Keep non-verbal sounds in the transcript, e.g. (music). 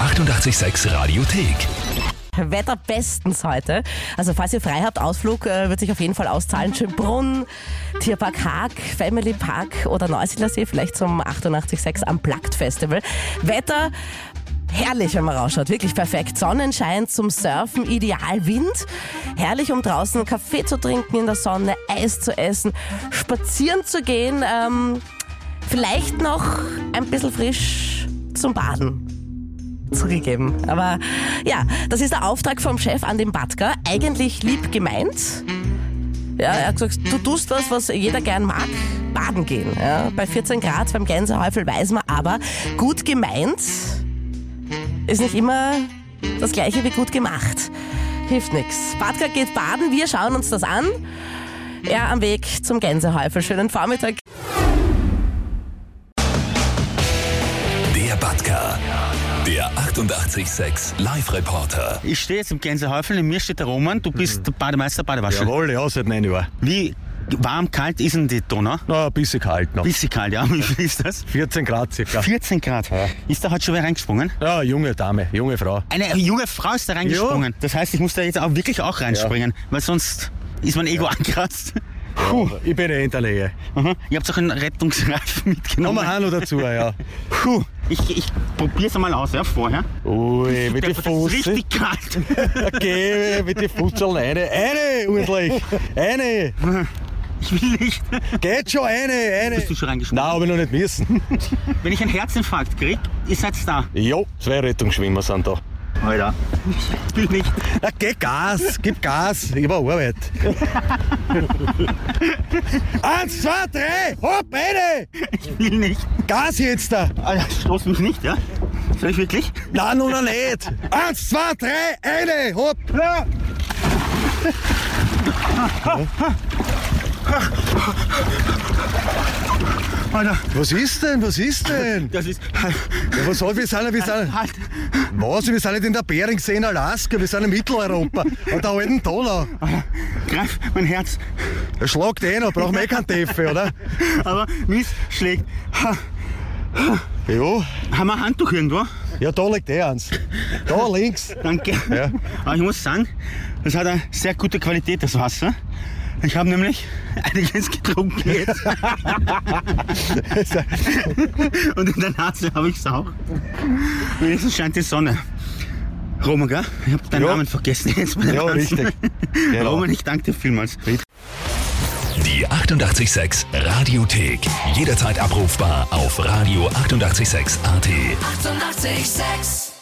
886 Radiothek. Wetter bestens heute. Also falls ihr frei habt, Ausflug äh, wird sich auf jeden Fall auszahlen. Schönbrunn, Tierpark Haag, Family Park oder Neusiedler See, vielleicht zum 88.6 am Plugged Festival. Wetter herrlich, wenn man rausschaut, wirklich perfekt. Sonnenschein zum Surfen, ideal Wind. Herrlich, um draußen Kaffee zu trinken in der Sonne, Eis zu essen, spazieren zu gehen, ähm, vielleicht noch ein bisschen frisch zum Baden zugegeben. Aber ja, das ist der Auftrag vom Chef an den Batka. Eigentlich lieb gemeint. Ja, er hat gesagt, du tust was, was jeder gern mag. Baden gehen. Ja, bei 14 Grad beim Gänsehäufel weiß man aber, gut gemeint ist nicht immer das gleiche wie gut gemacht. Hilft nichts. Batka geht baden, wir schauen uns das an. Er am Weg zum Gänsehäufel. Schönen Vormittag. Der Batka. Der 886 Live-Reporter. Ich stehe jetzt im Gänsehäufel, neben mir steht der Roman, du bist der Bademeister, Badewaschel. Jawohl, ja, seit 9 Uhr. Wie warm, kalt ist denn die Donau? Na, ein bisschen kalt noch. Bisschen kalt, ja, (laughs) wie viel ist das? 14 Grad circa. 14 Grad. Ist da heute schon wer reingesprungen? Ja, junge Dame, junge Frau. Eine junge Frau ist da reingesprungen. Das heißt, ich muss da jetzt auch wirklich auch reinspringen, weil sonst ist mein Ego angekratzt. Puh, ich bin eh in der Nähe. Mhm. Ihr habt auch einen Rettungsreifen Kommen mitgenommen. wir auch noch dazu, ja. Puh, ich, ich probier's einmal aus, ja, vorher. Ui, mit den das ist Fuß. richtig kalt. (laughs) Okay, mit den Fußzeln eine. Eine, Urslich. Eine. Ich will nicht. Geht schon, eine, eine. Bist du schon reingesprungen? Nein, habe ich noch nicht müssen. Wenn ich einen Herzinfarkt krieg, ihr seid da. Jo, zwei Rettungsschwimmer sind da. Alter. Ich will nicht. Na, geh Gas, gib Gas. Ich war (laughs) Arbeit. Eins, zwei, drei, hopp, eine. Ich will nicht. Gas jetzt da. Alter, stoß mich nicht, ja? Soll ich wirklich? Nein, noch nicht. Eins, zwei, drei, eine, hopp. Ja. Alter, Was ist denn? Was ist denn? das ist. Halt. Ja, was soll, wir sind, ja- wir sind, Halt. was, wir sind nicht in der Beringsee in Alaska, wir sind in Mitteleuropa, an der alten Donau. Greif mein Herz. Er schlagt eh noch, brauchen wir eh keinen Tefe, oder? Aber Mist schlägt. Ha, Jo, haben wir ein Handtuch irgendwo? ja, da liegt eh eins. Da links. Danke. Ja. Aber ich muss sagen, das hat eine sehr gute Qualität, das Wasser. Ich habe nämlich einiges getrunken jetzt. (laughs) Und in der Nase habe ich es auch. Wenigstens scheint die Sonne. Roman, gell? Ich habe deinen Ja. Namen vergessen jetzt bei dem Ja, Ganzen. richtig. (laughs) Genau. Roman, ich danke dir vielmals. Die 886 Radiothek. Jederzeit abrufbar auf radio886.at. 886! 886